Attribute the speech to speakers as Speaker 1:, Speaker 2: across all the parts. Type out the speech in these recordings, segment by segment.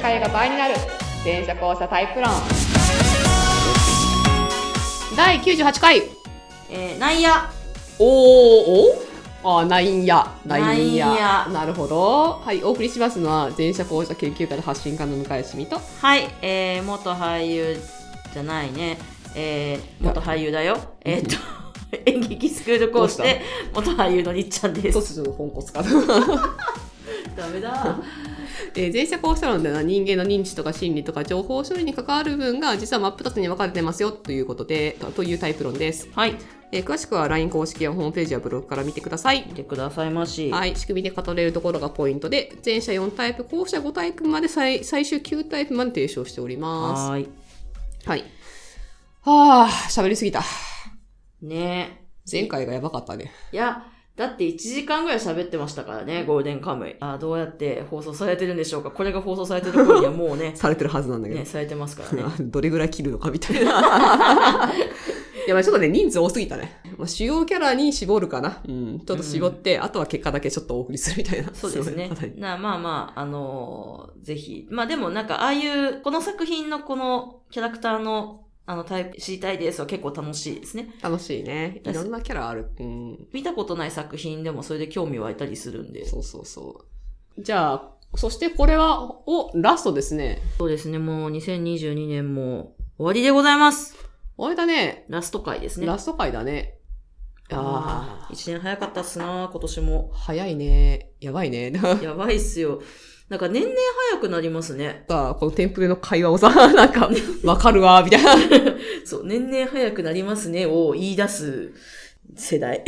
Speaker 1: 界が倍になる電車交差タイプ論第98回
Speaker 2: えー、なんや
Speaker 1: おーおーあーないんやないん
Speaker 2: ないん
Speaker 1: や
Speaker 2: や
Speaker 1: なるほどはいお送りしますのは電車交差研究家で発信家の向井しみと
Speaker 2: はい、えー、元俳優じゃないね。えー、元俳優だよ。えーっと、 演劇スクール講師で、元俳優のりっちゃんです。
Speaker 1: 突如のポンコツかな
Speaker 2: ダメだ。
Speaker 1: えー、前者後者論では人間の認知とか心理とか情報処理に関わる部分が実は真っ二つに分かれてますよということでとというタイプ論です、
Speaker 2: はい、
Speaker 1: えー詳しくは LINE 公式やホームページやブログから見てください
Speaker 2: 見てくださいまし。
Speaker 1: はい、仕組みで語れるところがポイントで前者4タイプ後者5タイプまで最最終9タイプまで提唱しております
Speaker 2: はーい。
Speaker 1: はいはあ喋りすぎた
Speaker 2: ね
Speaker 1: 前回がやばかったね、
Speaker 2: いや、だって1時間ぐらい喋ってましたからね、ゴールデンカムイ。あーどうやって放送されてるんでしょうか。これが放送されてる頃にはもうね
Speaker 1: されてるはずなんだけど、
Speaker 2: ね、されてますからね。
Speaker 1: どれぐらい切るのかみたいな。 いや、まあちょっとね、人数多すぎたね。まあ、主要キャラに絞るかな。うん。ちょっと絞って、あとは結果だけちょっとお送りするみたいな。
Speaker 2: そうですね
Speaker 1: いません。
Speaker 2: なまあまあ、あのーぜひ。まあでもなんか、ああいう、この作品のこのキャラクターの、あの、タイプ、知りたいですは結構楽しいですね。
Speaker 1: 楽しいね。いろんなキャラある。うん。
Speaker 2: 見たことない作品でもそれで興味湧いたりするんで。
Speaker 1: そうそうそう。じゃあ、そしてこれは、お、ラストですね。
Speaker 2: そうですね、もう2022年も終わりでございます。
Speaker 1: 終えたね。
Speaker 2: ラスト回ですね。
Speaker 1: ラスト回だね。ああ、
Speaker 2: 1年早かったっすな今年も。
Speaker 1: 早いね。やばいね。 なん
Speaker 2: やばいっすよ。なんか年々早くなりますね。
Speaker 1: か、このテンプレの会話をさ、 なんか、わかるわ、みたいな。
Speaker 2: そう、年々早くなりますねを言い出す世代。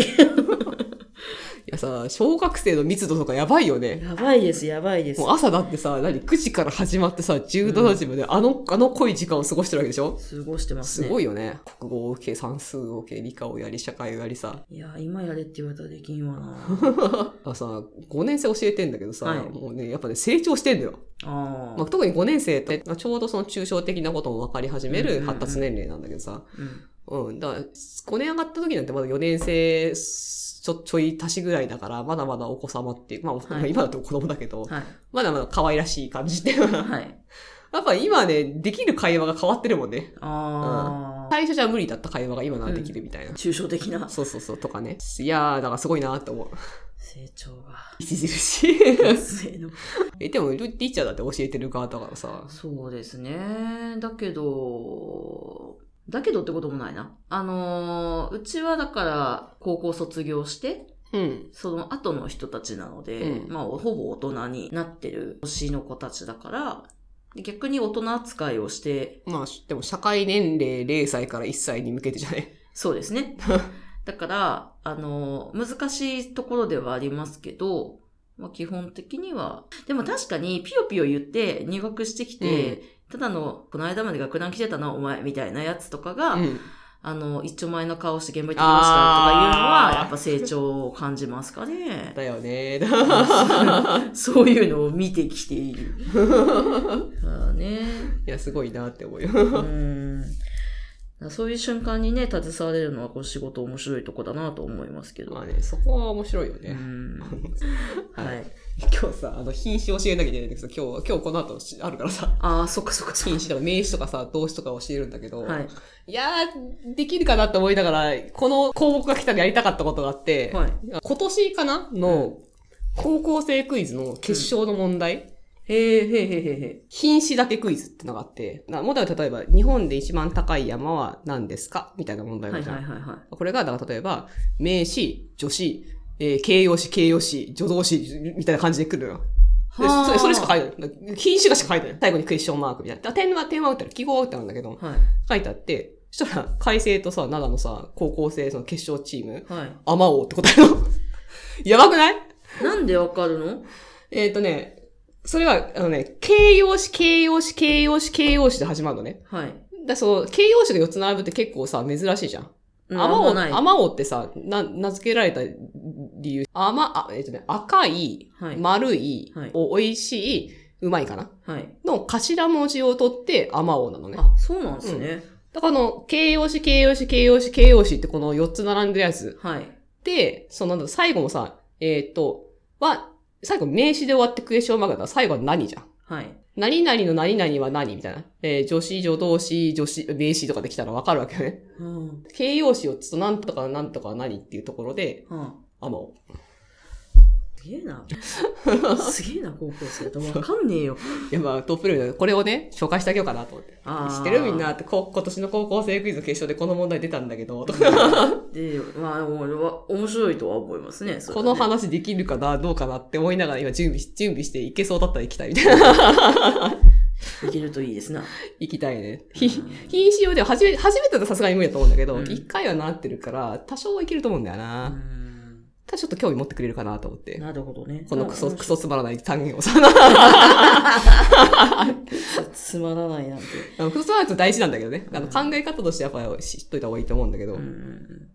Speaker 1: いやさ、小学生の密度とかやばいよね。
Speaker 2: やばいです、やばいです
Speaker 1: も。う朝だってさ、何、9時から始まってさ、17時まで、あの、あの濃い時間を過ごしてるわけでしょ
Speaker 2: 過ごしてます
Speaker 1: す
Speaker 2: ね。
Speaker 1: ごいよね。国語を受け、算数を受け、理科をやり、社会をやりさ。
Speaker 2: いや、今やれって言われたらできんわな。
Speaker 1: あさ、5年生教えてんだけどさ、
Speaker 2: はい
Speaker 1: もうね、やっぱね、成長してんだよ。
Speaker 2: あ
Speaker 1: まあ、特に5年生って、まあちょうどその抽象的なことも分かり始め
Speaker 2: うんう
Speaker 1: る
Speaker 2: んうん
Speaker 1: 発達年齢なんだけどさ。
Speaker 2: うん。
Speaker 1: うん。だから、5年上がった時なんてまだ4年生ちょ、ちょい足しぐらいだから、まだまだお子様っていう、まあ、
Speaker 2: はい
Speaker 1: 今だと子供だけど、
Speaker 2: はい。
Speaker 1: まだまだ可愛らしい感じっていうのが
Speaker 2: はい。
Speaker 1: やっぱ今ね、できる会話が変わってるもんね。
Speaker 2: ああ、
Speaker 1: 最初じゃ無理だった会話が今ならできるみたいな。
Speaker 2: 抽象的な
Speaker 1: そうそうそう、とかね。いやー、だからすごいなーって思 う。
Speaker 2: 成長 が。
Speaker 1: 著しい。
Speaker 2: 末の
Speaker 1: え、でも、リッチャーだって教えてる側だからさ。
Speaker 2: そうですね。だけど、だけどってこともないな。あのーうちはだから、高校卒業して、
Speaker 1: うん。
Speaker 2: その後の人たちなので、
Speaker 1: うん
Speaker 2: まあ、ほぼ大人になってる年の子たちだから、逆に大人扱いをして、
Speaker 1: まあ、でも社会年齢0歳から1歳に向けてじゃね。
Speaker 2: そうで すね。だから、あの、難しいところではありますけど、まあ、基本的には。でも確かに、ピヨピヨ言って入学してきて、
Speaker 1: う
Speaker 2: ただの、この間まで学ラン来てたな、お前、みたいなやつとかが、
Speaker 1: うん。
Speaker 2: あの、一丁前の顔して現場行ってきましたとかいうの
Speaker 1: あ
Speaker 2: は、
Speaker 1: ー
Speaker 2: やっぱ成長を感じますかね。
Speaker 1: だよね
Speaker 2: そういうのを見てきている。あー ね。
Speaker 1: いや、すごいなって思うよ。
Speaker 2: うんそういう瞬間にね、携われるのはこう仕事面白いとこだなと思いますけど。
Speaker 1: まあね、そこは面白いよ
Speaker 2: う
Speaker 1: ね。
Speaker 2: んはい。
Speaker 1: 今日さ、あの、品種教えなきゃいけないんだけどさ、今日、今日この後しあるからさ、
Speaker 2: ああ、そっかそっかそっ
Speaker 1: 品種とか名詞とかさ、動詞とか教えるんだけど、
Speaker 2: か。はい。
Speaker 1: いやー、できるかなと思いながら、この項目が来たらやりたかったことがあって、
Speaker 2: はい。
Speaker 1: 今年かなの、高校生クイズの決勝の問題、
Speaker 2: へえ、へえ、へえ、へえ。
Speaker 1: 品詞だけクイズってのがあって、なもうだから例えば、日本で一番高い山は何ですかみたいな問題が
Speaker 2: は
Speaker 1: ある
Speaker 2: い
Speaker 1: じゃん。
Speaker 2: はいはいは
Speaker 1: これが、だから例えば、名詞、助詞、えー形容詞、形容詞、助動詞、みたいな感じで来るのよ。
Speaker 2: い。
Speaker 1: でそれそれしか
Speaker 2: い。
Speaker 1: 書いてない。品詞がしか書いてない。最後にクエスチョンマークみたいな。だから点は、点は打ったら、記号は打ったんだけど、
Speaker 2: は
Speaker 1: 書いてあって、そしたら、海星とさ、奈良のさ、高校生その決勝チーム、
Speaker 2: い。は
Speaker 1: アマ王って答えの。 やばくない
Speaker 2: い。なんでわかるの
Speaker 1: えっ、とね、それは、あのね、形容詞、形容詞、形容詞、形容詞で始まるのね。
Speaker 2: はい。
Speaker 1: だそう、形容詞が4つ並ぶって結構さ、珍しいじゃん。
Speaker 2: うん
Speaker 1: アマ
Speaker 2: あんま
Speaker 1: 王、
Speaker 2: ない。
Speaker 1: アマ王ってさ、な、名付けられた理由、アマ、あえっ、とね、赤い、
Speaker 2: はい
Speaker 1: 丸い、
Speaker 2: はい
Speaker 1: お美味しい、うまいかな。
Speaker 2: はい。
Speaker 1: の頭文字を取って、アマ王なのね。
Speaker 2: あ、そうなんですね。
Speaker 1: だからあの、形容詞、形容詞、形容詞、形容詞ってこの4つ並んでるやつ。
Speaker 2: はい。
Speaker 1: で、そのなんだろう、最後もさ、えっ、と、は、最後名詞で終わってクエスチョンマークだから最後は何じゃん。
Speaker 2: はい。
Speaker 1: 何々の何々は何みたいな。えー助詞、助動詞、助詞、名詞とかできたらわかるわけよね。
Speaker 2: うん。
Speaker 1: 形容詞をちょっとなんとかなんとか何っていうところで、
Speaker 2: うん。
Speaker 1: あの、
Speaker 2: すげ えな。すげえな、高校生と。わかんねえよ。
Speaker 1: いやまあトップレベルだけどこれをね、紹介してあげようかなと思って。
Speaker 2: あー
Speaker 1: 知ってるみんなって、こ今年の高校生クイズ決勝でこの問題出たんだけど、とか
Speaker 2: で、まあ、でもわ面白いとは思いますね。それ
Speaker 1: こ
Speaker 2: は
Speaker 1: の
Speaker 2: ね
Speaker 1: 話できるかな、どうかなって思いながら今準備し、準備していけそうだったら行 きたいみたいな。
Speaker 2: いけるといいですな。
Speaker 1: 行きたいね。ひ品種用では初め、初めてだとさすがに無理だと思うんだけど、
Speaker 2: うん
Speaker 1: 一、回はなってるから、多少はいけると思うんだよ
Speaker 2: う
Speaker 1: な。
Speaker 2: ん
Speaker 1: ただちょっと興味持ってくれるかなと思って。
Speaker 2: なるほどね。
Speaker 1: このクソ、
Speaker 2: うん
Speaker 1: クソ。つまらない単元をさ、
Speaker 2: つまらないなんて。
Speaker 1: あのクソつまらないと大事なんだけどね。あの
Speaker 2: う
Speaker 1: 考え方としてやっぱり知っといた方がいいと思うんだけど。
Speaker 2: うんうんうん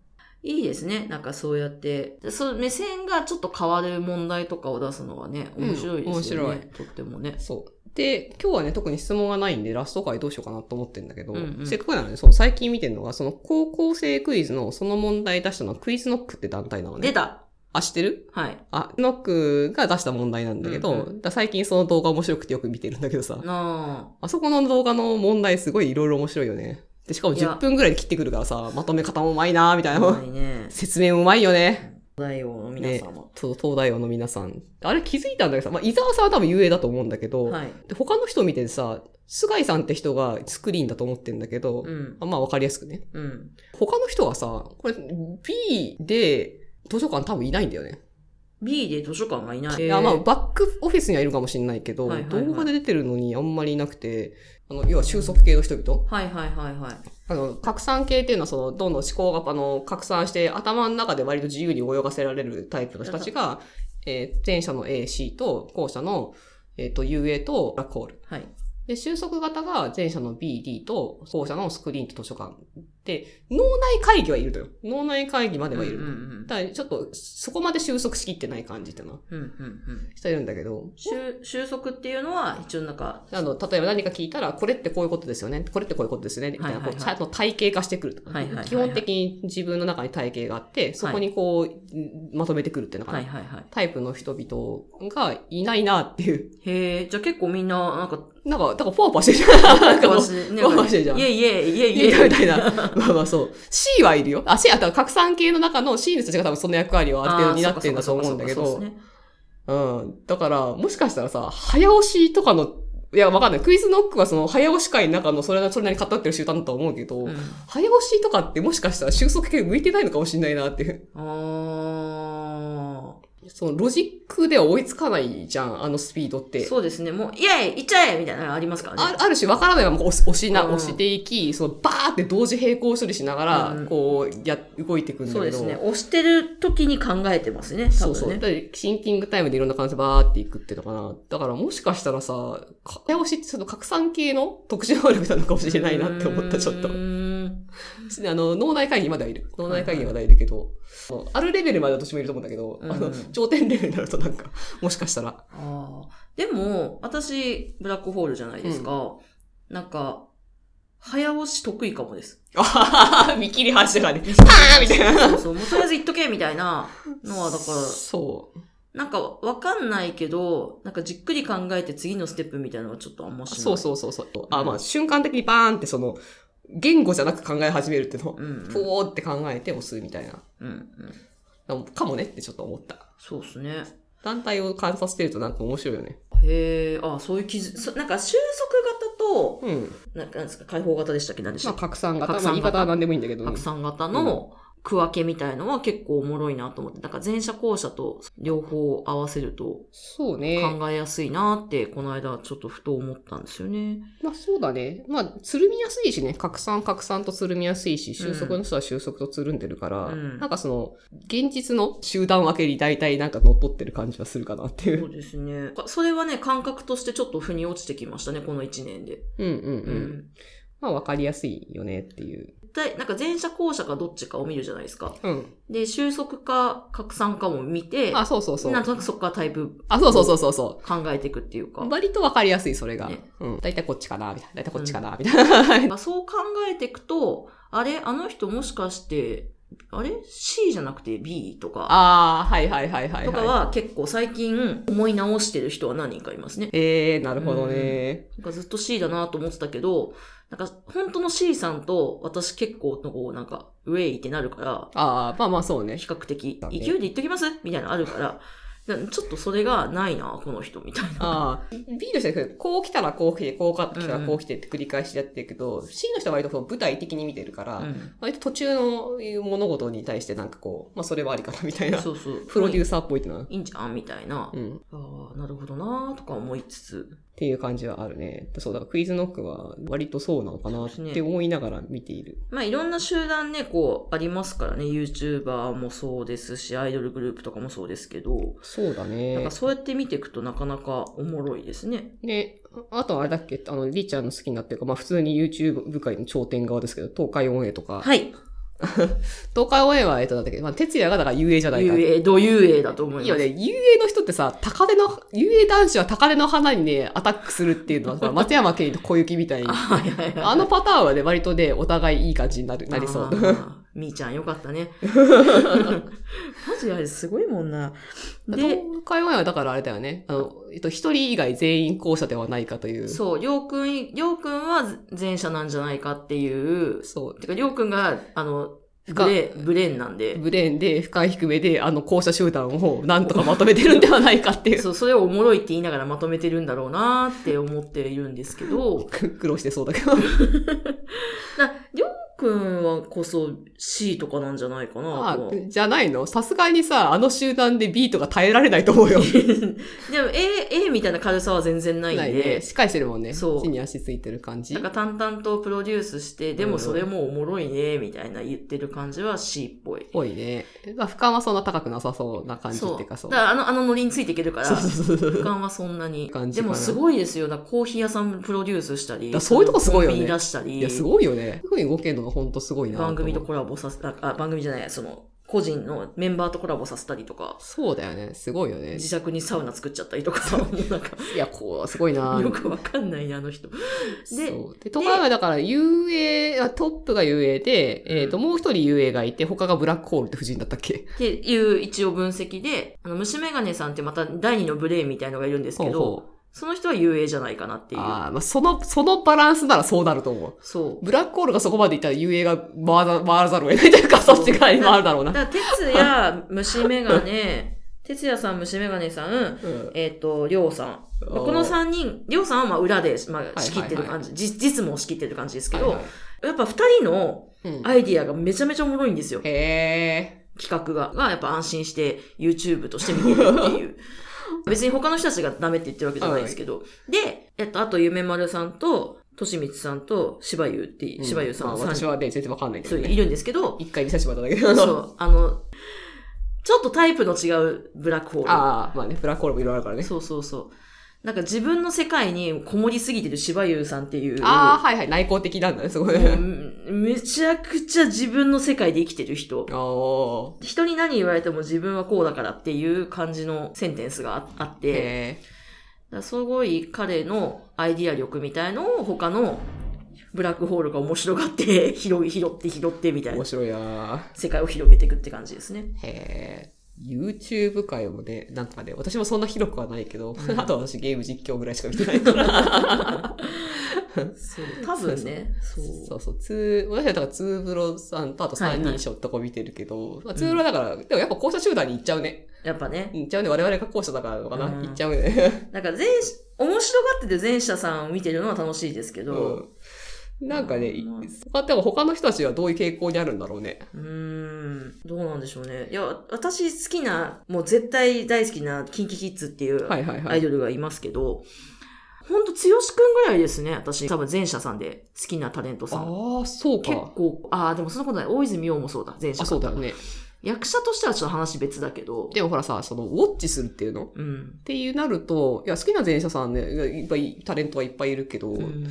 Speaker 2: いいですね。なんかそうやって。そう、目線がちょっと変わる問題とかを出すのはね、面白いですよ
Speaker 1: う
Speaker 2: ね。
Speaker 1: ん面
Speaker 2: とってもね。
Speaker 1: そう。で、今日はね、特に質問がないんで、ラスト回どうしようかなと思ってんだけど、
Speaker 2: うんうん
Speaker 1: せっかくなので、その最近見てるのが、その高校生クイズのその問題出したのはクイズノックって団体なの
Speaker 2: 出
Speaker 1: ね。
Speaker 2: た
Speaker 1: あ、知ってる
Speaker 2: はい。
Speaker 1: あ、ノックが出した問題なんだけど、
Speaker 2: うんう
Speaker 1: だ最近その動画面白くてよく見てるんだけどさ、
Speaker 2: な
Speaker 1: あそこの動画の問題すごいいろいろ面白いよね。で、しかも
Speaker 2: いや
Speaker 1: 10分ぐらいで切ってくるからさ、まとめ方もうまいなみたい
Speaker 2: あ。
Speaker 1: な。
Speaker 2: うまいね。
Speaker 1: 説明もうまいよね。
Speaker 2: 大王の皆様。
Speaker 1: そう東大王の皆さん。あれ気づいたんだけどさ、まあ、伊沢さんは多分有名だと思うんだけど、
Speaker 2: はい。
Speaker 1: で他の人見てさ、菅井さんって人がスクリーンだと思ってんだけど、
Speaker 2: うん。
Speaker 1: あまあわかりやすくね。
Speaker 2: うん。
Speaker 1: 他の人はさ、これ B で図書館多分いないんだよね。
Speaker 2: B で図書館がいない。
Speaker 1: いやまあ
Speaker 2: えー
Speaker 1: バックオフィスにはいるかもしれないけど、
Speaker 2: はいはいはい
Speaker 1: 動画で出てるのにあんまりいなくて、あの、要は収束系の人々。
Speaker 2: はいはいはいはい。
Speaker 1: あの、拡散系っていうのはその、どんどん思考が、あの、拡散して頭の中で割と自由に泳がせられるタイプの人たちが、えー前者の A、C と後者の、えっ、と、UA とブラックホール。
Speaker 2: はい。
Speaker 1: で、収束型が前者の BD と後者のスクリーンと図書館。で、脳内会議はいるとよ。脳内会議まではいる。
Speaker 2: うんうん
Speaker 1: ただちょっと、そこまで収束しきってない感じっていうのは、
Speaker 2: うん。うんうんうん。
Speaker 1: してるんだけど。
Speaker 2: 収収束っていうのは、一応なんか、
Speaker 1: あの、例えば何か聞いたら、これってこういうことですよね。これってこういうことですよね。みたいな、
Speaker 2: はいはいはい
Speaker 1: こうちゃんと体系化してくるとか、
Speaker 2: はいはいはい
Speaker 1: 基本的に自分の中に体系があって、そこにこう、まとめてくるっていうのかな。
Speaker 2: はいはいはい。
Speaker 1: タイプの人々がいないなっていう。
Speaker 2: へえ、じゃあ結構みんな、なんか、
Speaker 1: なんか、だからフォアパーしてるじゃん。なんかもう
Speaker 2: ね
Speaker 1: わかんないじゃん
Speaker 2: いえいえ、いえ
Speaker 1: い
Speaker 2: い
Speaker 1: や
Speaker 2: え。
Speaker 1: みたいな。まあまあそう。C はいるよ。あ、C は多分拡散系の中の C の人たちが多分その役割をある程度担ってるんだと思うんだけ
Speaker 2: あーそう
Speaker 1: ど
Speaker 2: かそうかそうかそう。ですね
Speaker 1: うん。だから、もしかしたらさ、早押しとかの、いや、わかんない。クイズノックはその早押し会の中のそれなそれなりに語ってる集団だと思うけど、
Speaker 2: うん
Speaker 1: 早押しとかってもしかしたら収束系向いてないのかもしれないなっていう。
Speaker 2: あ
Speaker 1: そのロジックでは追いつかないじゃん、あのスピードっ
Speaker 2: ー
Speaker 1: て。
Speaker 2: そうですね。もう、イェイいっちゃえみたいなのありますから
Speaker 1: あ
Speaker 2: ね。
Speaker 1: ある種わからないまま押し押しな、
Speaker 2: うん
Speaker 1: 押していき、そのバーって同時並行処理しながら、
Speaker 2: うん
Speaker 1: こう、や、動いていくんだけど。
Speaker 2: そうですね。押してる時に考えてますね。多
Speaker 1: そうそう。
Speaker 2: 分
Speaker 1: だ
Speaker 2: ね。
Speaker 1: ってシンキングタイムでいろんな感じでバーっていくっていうのかな。だからもしかしたらさ、早押しってその拡散系の特殊能力なのかもしれないなって思った、ちょっと
Speaker 2: う。ーん
Speaker 1: あの、脳内会議まではいる。脳内会議まではいるけど、あるレベルまで私もいると思うんだけど、
Speaker 2: うん
Speaker 1: あの、頂点レベルになるとなんか、もしかしたら。
Speaker 2: ああ。でも、私、ブラックホールじゃないですか。なんか、早押し得意か もです。
Speaker 1: あはは見切り発 車がね、あーみたいな。
Speaker 2: そうそう、もうとりあえず言っとけみたいなのは、だ から、
Speaker 1: そう。
Speaker 2: なんかわかんないけど、なんかじっくり考えて次のステップみたいなのはちょっとあんましない。
Speaker 1: そうそうそうそう。あ、まあ、瞬間的にバーンってその、言語じゃなく考え始めるっていうの。
Speaker 2: うんうん。うん
Speaker 1: ぽーって考えて押すみたいな。
Speaker 2: うん。
Speaker 1: かもねってちょっと思った。
Speaker 2: そうですね。
Speaker 1: 団体を観察してるとなんか面白いよね。
Speaker 2: へえ、あそういう傷、そなんか収束型と、
Speaker 1: うん。
Speaker 2: なんかなんですか、解放型でしたっけ何でし
Speaker 1: ま
Speaker 2: た
Speaker 1: あ、
Speaker 2: っけ、
Speaker 1: 拡散型。
Speaker 2: 拡
Speaker 1: まあ、
Speaker 2: 散
Speaker 1: 言い
Speaker 2: 型
Speaker 1: 方は何でもいいんだけど。
Speaker 2: 拡散型の区分けみたいのは結構おもろいなと思って、なんか前者後者と両方合わせると
Speaker 1: そうね。
Speaker 2: 考えやすいなって、この間ちょっとふと思ったんですよね。
Speaker 1: まあ、そうだね。まあ、つるみやすいしね。拡散、拡散とつるみやすいし、収束の人は収束とつるんでるから、
Speaker 2: うん
Speaker 1: なんかその、現実の集団分けに大体なんか乗っ取ってる感じはするかなってい
Speaker 2: そう
Speaker 1: う。
Speaker 2: ですね。かそれはね、感覚としてちょっと腑に落ちてきましたね、この1年で。
Speaker 1: うんうんう。
Speaker 2: うんん。
Speaker 1: まあ、わかりやすいよねっていう。
Speaker 2: 絶対なんか前者後者かどっちかを見るじゃないですか。
Speaker 1: うん。
Speaker 2: で、収束か拡散かも見て、
Speaker 1: あ、そうそうそう。
Speaker 2: なんとなくそこからタイプ
Speaker 1: あ、そうそうそうそうそ
Speaker 2: 考えていくっていうか
Speaker 1: う。。割とわかりやすい、それが。
Speaker 2: ね
Speaker 1: うん。だいたいこっちかな、みたいな。だいたいこっちかな、みたいな。
Speaker 2: まあそう考えていくと、あれあの人もしかして、あれ ?C じゃなくて B とか、
Speaker 1: ああ、はいはいはいはい、はい。
Speaker 2: とかは結構最近思い直してる人は何人かいますね。
Speaker 1: ええー、なるほどね。
Speaker 2: なんかずっと C だなと思ってたけど、なんか本当の C さんと私結構のこうなんかウェイってなるから、
Speaker 1: ああ、まあまあそうね
Speaker 2: 比。較的
Speaker 1: だ
Speaker 2: 勢
Speaker 1: ね
Speaker 2: いで言っときますみたいなのあるから、なちょっとそれがないな、この人みたいな。
Speaker 1: ああ、B の人はこう来たらこう来て、こう来たらこう来てって繰り返しやってるけど、C の人は割とそう舞台的に見てるから、
Speaker 2: うん
Speaker 1: 割と途中の物事に対してなんかこう、まあそれはありかなみたいな、
Speaker 2: そうそう。
Speaker 1: プロデュー
Speaker 2: ス。
Speaker 1: サーっぽいってな。
Speaker 2: いいんじゃんみたいな
Speaker 1: う。ん。っ
Speaker 2: ああ、なるほどなーとか思いつつ。
Speaker 1: ていう感じはあるね。そうだ、クイズノックは割とそうなのかなっ
Speaker 2: そうです
Speaker 1: て
Speaker 2: ね
Speaker 1: 思いながら見ている。
Speaker 2: まあいろんな集団ね、こうありますからね、YouTuber もそうですし、アイドルグループとかもそうですけど、
Speaker 1: そうだ
Speaker 2: なん
Speaker 1: ね
Speaker 2: か。そうやって見ていくとなかなかおもろいですね。
Speaker 1: ね、ああとあれだっけ、あの、リーちゃんの好きになってるか、まあ普通に YouTube 部会の頂点側ですけど、東海オンエアとか、
Speaker 2: はい。
Speaker 1: 東海オンエアはえっとだっけ、まあ哲也がだから UA じゃないか。
Speaker 2: 遊泳、土遊泳だと思います。
Speaker 1: いいよね。UA の人ってさ、高根の、UA 男子は高根の花にね、アタックするっていうのは さ、松山県と小雪みたいに
Speaker 2: あ。はいはいはい。
Speaker 1: あのパターンはね、割とね、お互いいい感じになる、なりそ
Speaker 2: あ
Speaker 1: う。
Speaker 2: ー。みーちゃんよかったね。マジあれすごいもんな。で
Speaker 1: 東、海オンエアはだからあれだよね。あの、えっと、一人以外全員校舎ではないかという。そ
Speaker 2: そう、りょうくん、りょうくんは前者なんじゃないかっていう
Speaker 1: う。、そう。
Speaker 2: てかりょうくんが、あの、ブ
Speaker 1: が
Speaker 2: レ、ブレーンなんで、
Speaker 1: ブレーンで、深い低めで、あの、校舎集団をなんとかまとめてるんではないかっていう。
Speaker 2: そう、それをおもろいって言いながらまとめてるんだろうなーって思っているんです けど、
Speaker 1: 苦労してそうだけど。
Speaker 2: な、りょうくんはこそ C とかなんじゃないか な
Speaker 1: あ
Speaker 2: とは。でも
Speaker 1: じゃないのさすがにさ、あの集団で B とか耐えられないと思うよ。
Speaker 2: A、A みたいな軽さは全然ないん
Speaker 1: ない
Speaker 2: で
Speaker 1: ね。、しっかりしてるもんね。
Speaker 2: そう
Speaker 1: 地に足ついてる感じ
Speaker 2: なん。か淡々とプロデュースして、でもそれもおもろいね、みたいな言ってる感じは C っぽい。
Speaker 1: ぽいね。まあ、俯瞰はそんな高くなさそうな感じっていうか、そう。
Speaker 2: だからあの、あのノリについていけるから、
Speaker 1: そうそうそう
Speaker 2: 俯
Speaker 1: そう。
Speaker 2: 瞰はそんなに
Speaker 1: 感。じ
Speaker 2: で
Speaker 1: かな
Speaker 2: もすごいですよ。だからコーヒー屋さんプロデュースしたり、
Speaker 1: だそういうとこすごいよね
Speaker 2: コンビニ出したり、
Speaker 1: いや、すごいよね。特に動けるのがほんとすごいな思う。
Speaker 2: 番組とコラボさせあ、あ番組じゃない、その、個人のメンバーとコラボさせたりとか、
Speaker 1: そうだよね。すごいよね。
Speaker 2: 自宅にサウナ作っちゃったりとかさ、もうなんか、
Speaker 1: いや、こう、すごいな
Speaker 2: よくわかんないね、あの人。で、
Speaker 1: そう。で、東海はだから UA、あトップが UA で、えっ、と、もう一人 UA がいて、他がブラックホールって夫人だったっけ
Speaker 2: っていう一応分析で、あの、虫眼鏡さんってまた第二のブレインみたいのがいるんですけど、
Speaker 1: ほ
Speaker 2: その人は遊泳じゃないかなって
Speaker 1: う
Speaker 2: い
Speaker 1: ほう
Speaker 2: う。
Speaker 1: ああ、まあ、その、そのバランスならそうなると思う。
Speaker 2: そう。
Speaker 1: ブラックホールがそこまでいったら UA が回ら回らざるを得ないというか、そっち側に回るだろう
Speaker 2: だ
Speaker 1: な。
Speaker 2: から、哲也、虫眼鏡、 哲也さん、虫眼鏡さん、
Speaker 1: うん
Speaker 2: えっ、と、りょうさん。
Speaker 1: おー
Speaker 2: この3人、りょうさんはまあ裏で、まあ、
Speaker 1: い
Speaker 2: 仕切ってる感じ、じ実務を仕切ってる感じですけど、
Speaker 1: はいはい
Speaker 2: やっぱ2人の
Speaker 1: うん
Speaker 2: アイディアがめちゃめちゃおもろいんですよ。
Speaker 1: へえ。
Speaker 2: 企画が。が、やっぱ安心して YouTube として見てるって いう。別に他の人たちがダメって言ってるわけじゃないですけど。で、えっと、あと、ゆめまるさんと、としみつさんと、しばゆうっていう、しばゆうさん
Speaker 1: まあ
Speaker 2: の3
Speaker 1: 私
Speaker 2: 人、
Speaker 1: はね、全然わかんないけ
Speaker 2: そ
Speaker 1: ど、
Speaker 2: う
Speaker 1: ね。
Speaker 2: いるんですけど、
Speaker 1: 一回見させてもらっただ けど。
Speaker 2: そう、あの、ちょっとタイプの違うブラックホール。
Speaker 1: ああ、まあね、ブラックホールもいろいろあるからね。
Speaker 2: そうそうそう。なんか自分の世界にこもりすぎてる芝優さんっていう、
Speaker 1: ああ、はいはい、内向的なんだね、すごい
Speaker 2: もう
Speaker 1: ね。
Speaker 2: めちゃくちゃ自分の世界で生きてる人。
Speaker 1: お
Speaker 2: 人に何言われても自分はこうだからっていう感じのセンテンスがああっ
Speaker 1: ー。
Speaker 2: て、
Speaker 1: へ
Speaker 2: だからすごい彼のアイディア力みたいのを他のブラックホールが面白がって、 拾い、拾って、拾ってみた
Speaker 1: え、
Speaker 2: いな
Speaker 1: 面白いな
Speaker 2: 世界を広げていくって感じですね。
Speaker 1: ーへえ。YouTube 界もね、なんかね、私もそんな広くはないけど、 あとは私ゲーム実況ぐらいしか見てない から。
Speaker 2: そう、多分ね。そう。
Speaker 1: そうそう、ツー、私はだからツーブロさんとあと三人称とこ見てるけど、まあツーブロだから、でもやっぱ校舎集団に行っちゃうね。
Speaker 2: やっぱね。
Speaker 1: 行っちゃうね。我々が校舎だからなのかな。
Speaker 2: うん
Speaker 1: 行っちゃうね。
Speaker 2: なんか前、面白がってて前者さんを見てるのは楽しいですけど、
Speaker 1: うんなんかね、い
Speaker 2: うん
Speaker 1: 他でも他の人たちはどういう傾向にあるんだろうね。
Speaker 2: うーん、どうなんでしょうね。いや、私好きな、もう絶対大好きな、キンキキッズっていう
Speaker 1: はいはいは
Speaker 2: アイ
Speaker 1: い。
Speaker 2: ドルがいますけど、ほんと、剛くんぐらいですね、私。多分前者さんで好きなタレントさん。
Speaker 1: ああ、そう
Speaker 2: 結
Speaker 1: か。
Speaker 2: 構、ああ、でもそんなことない。大泉洋もそうだ、前者
Speaker 1: あ、そうだよね。
Speaker 2: 役者としてはちょっと話別だけど、
Speaker 1: でもほらさ、その、ウォッチするっていうのっ
Speaker 2: うん。
Speaker 1: ていうなると、いや、好きな前者さんね、いっぱいタレントはいっぱいいるけど、
Speaker 2: うん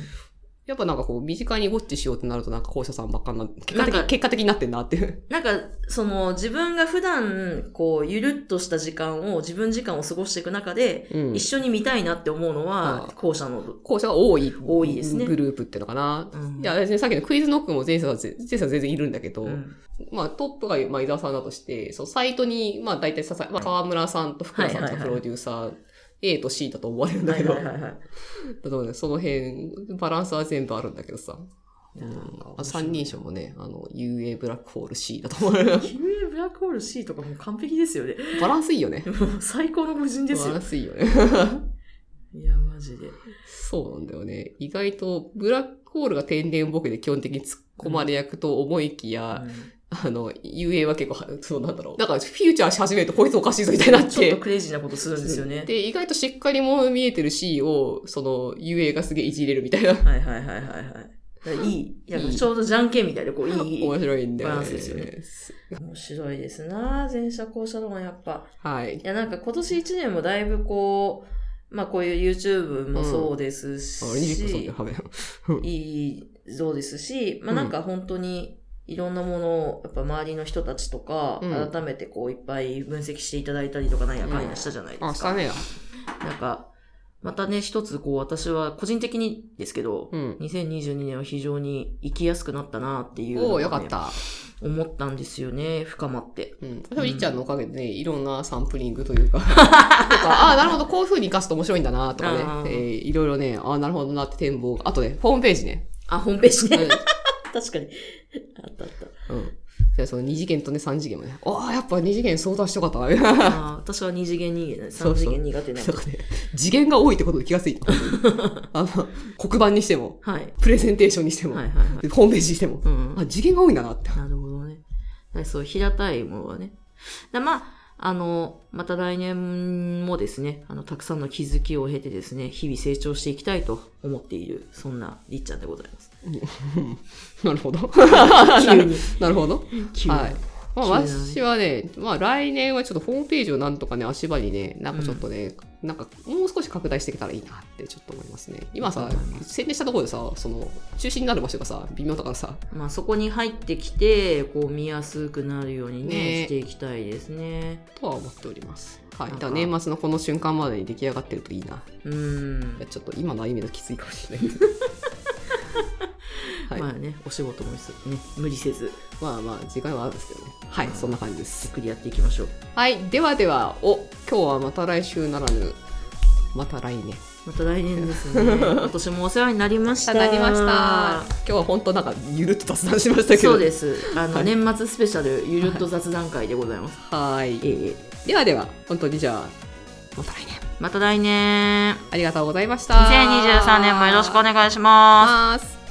Speaker 1: やっぱなんかこう、身近にウォッチしようってなるとなんか校舎さんばっかにな、結果的
Speaker 2: なんか
Speaker 1: に、結果的になってんなっていう。
Speaker 2: なんか、その、自分が普段、こう、ゆるっとした時間を、自分時間を過ごしていく中で、
Speaker 1: うん
Speaker 2: 一。緒に見たいなって思うの
Speaker 1: あ
Speaker 2: は、後者の、
Speaker 1: 校舎が多い。
Speaker 2: 多いですね
Speaker 1: グループっていうのかな。
Speaker 2: うん
Speaker 1: いや、別にさっきのクイズノックも前者はぜ、前者は全然いるんだけど、
Speaker 2: うん
Speaker 1: まあトップが、まあ伊沢さんだとして、そう、サイトに、まあ大体ささ、まあ河村さんと福田さん
Speaker 2: はい
Speaker 1: と
Speaker 2: はい
Speaker 1: か
Speaker 2: はい
Speaker 1: プロデューサー、A と C だと思われるんだ
Speaker 2: は
Speaker 1: け
Speaker 2: い
Speaker 1: ど、
Speaker 2: はいはい はい。
Speaker 1: だとね、その辺、バランスは全部あるんだけどさ。うん、あ三人称もね、あの、UA ブラックホール C だと思う。
Speaker 2: QA ブラックホール C とかもう完璧ですよね。
Speaker 1: バランスいいよね。
Speaker 2: もう最高の無人です
Speaker 1: バラ
Speaker 2: よ
Speaker 1: ン。スいいよね。
Speaker 2: いや、マジで。
Speaker 1: そうなんだよね。意外と、ブラックホールが天然ボケで基本的に突っ込まれ役と思いきや、あの、UA は結構は、そうなんだろう。だから、フューチャーし始めるとこいつおかしいぞみたいになっ
Speaker 2: ちょってと。クレイジーなことするんですよね。
Speaker 1: で、意外としっかりも見えてる C を、その、UA がすげえいじれるみたいな。
Speaker 2: はいはいはいはいはい。だからいい。いや
Speaker 1: いい
Speaker 2: ちょうどじゃんけんみたいで、こう、いい。
Speaker 1: 面白いんだよね。
Speaker 2: バランスですよね面白いですな前者後者の方がやっぱ。
Speaker 1: はい
Speaker 2: い。や、なんか今年1年もだいぶこう、まあこういう YouTube もそうですし、
Speaker 1: あ、20個そうだよ、ハメ。
Speaker 2: いい、そうですし、まあなんか本当に、いろんなものを、やっぱ周りの人たちとか、
Speaker 1: うん
Speaker 2: 改めてこういっぱい分析していただいたりとかなんやかんやしたじゃないで
Speaker 1: あ、
Speaker 2: す
Speaker 1: し
Speaker 2: か。
Speaker 1: たねや。
Speaker 2: なんか、またね、一つこう私は個人的にですけど、
Speaker 1: うん。
Speaker 2: 2022年は非常に生きやすくなったなっていうの
Speaker 1: お
Speaker 2: が
Speaker 1: お
Speaker 2: ね、
Speaker 1: よかった。
Speaker 2: 思ったんですよね、深まって。
Speaker 1: うん。でも、りっちゃんのおかげでね、いろんなサンプリングという か、とかああ、なるほど、こういう風に活かすと面白いんだな、とかね
Speaker 2: あ、ー
Speaker 1: えーいろいろね、ああ、なるほどなって展望が。あとね、ホームページね。
Speaker 2: あ、ホームページ
Speaker 1: う
Speaker 2: ね。確かに。あったあった。
Speaker 1: んうん。じゃあ、その2次元とね、3次元もね。ああ、やっぱ2次元相談してよかったな。なんか
Speaker 2: あー私は二次元人間、
Speaker 1: そ
Speaker 2: 三
Speaker 1: うそう
Speaker 2: 次元苦手なの。
Speaker 1: ね、次元が多いってことに気がつい た。あの、黒板にしても、
Speaker 2: はい。
Speaker 1: プレゼンテーションにしても、
Speaker 2: はいはいはい。
Speaker 1: でホームページにしても。
Speaker 2: うん。
Speaker 1: あ、次元が多いんだなって。
Speaker 2: なるほどね。だからそう、平たいものはね。だまあ、あの、また来年もですね、あの、たくさんの気づきを経てですね、日々成長していきたいと思っている、そんなりっちゃんでございます。
Speaker 1: なるほ ど。
Speaker 2: 急に、
Speaker 1: なるほど。
Speaker 2: 急に。
Speaker 1: はい。まあ、
Speaker 2: 急だね
Speaker 1: 私はね、まあ、来年はちょっとホームページをなんとかね、足場にね、なんかちょっとね、なんかもう少し拡大していけたらいいなってちょっと思いますね。今さ、宣伝したところでさ、その、中心になる場所がさ、微妙だからさ、
Speaker 2: まあ、そこに入ってきて、こう、見やすくなるようにね、
Speaker 1: ね
Speaker 2: していきたいですね。
Speaker 1: とは思っております。はい。
Speaker 2: なん
Speaker 1: だ
Speaker 2: か
Speaker 1: から年末のこの瞬間までに出来上がってるといいな。
Speaker 2: うん
Speaker 1: いや。ちょっと今の歩みだときついかもしれないけど。はい。
Speaker 2: まあね、お仕事もすね、無理せず、
Speaker 1: まあまあ、時間はあるんですけどね。はい、そんな感じで
Speaker 2: ゆっ
Speaker 1: す。
Speaker 2: くりやっていきましょう。
Speaker 1: はい。ではでは、お、今日はまた来週ならぬ、また来年。
Speaker 2: また来年です ね。今年もお世話になりました。
Speaker 1: なりました。今日は本当なんかゆるっと雑談しましたけど。
Speaker 2: そうです。あの、
Speaker 1: はい
Speaker 2: 年末スペシャルゆるっと雑談会でございます。
Speaker 1: は
Speaker 2: え
Speaker 1: ーい。
Speaker 2: え
Speaker 1: ではでは、本当にじゃあ、また来年。
Speaker 2: また来年、
Speaker 1: ありがとうございました。
Speaker 2: 2023年もよろしくお願いします。
Speaker 1: ます。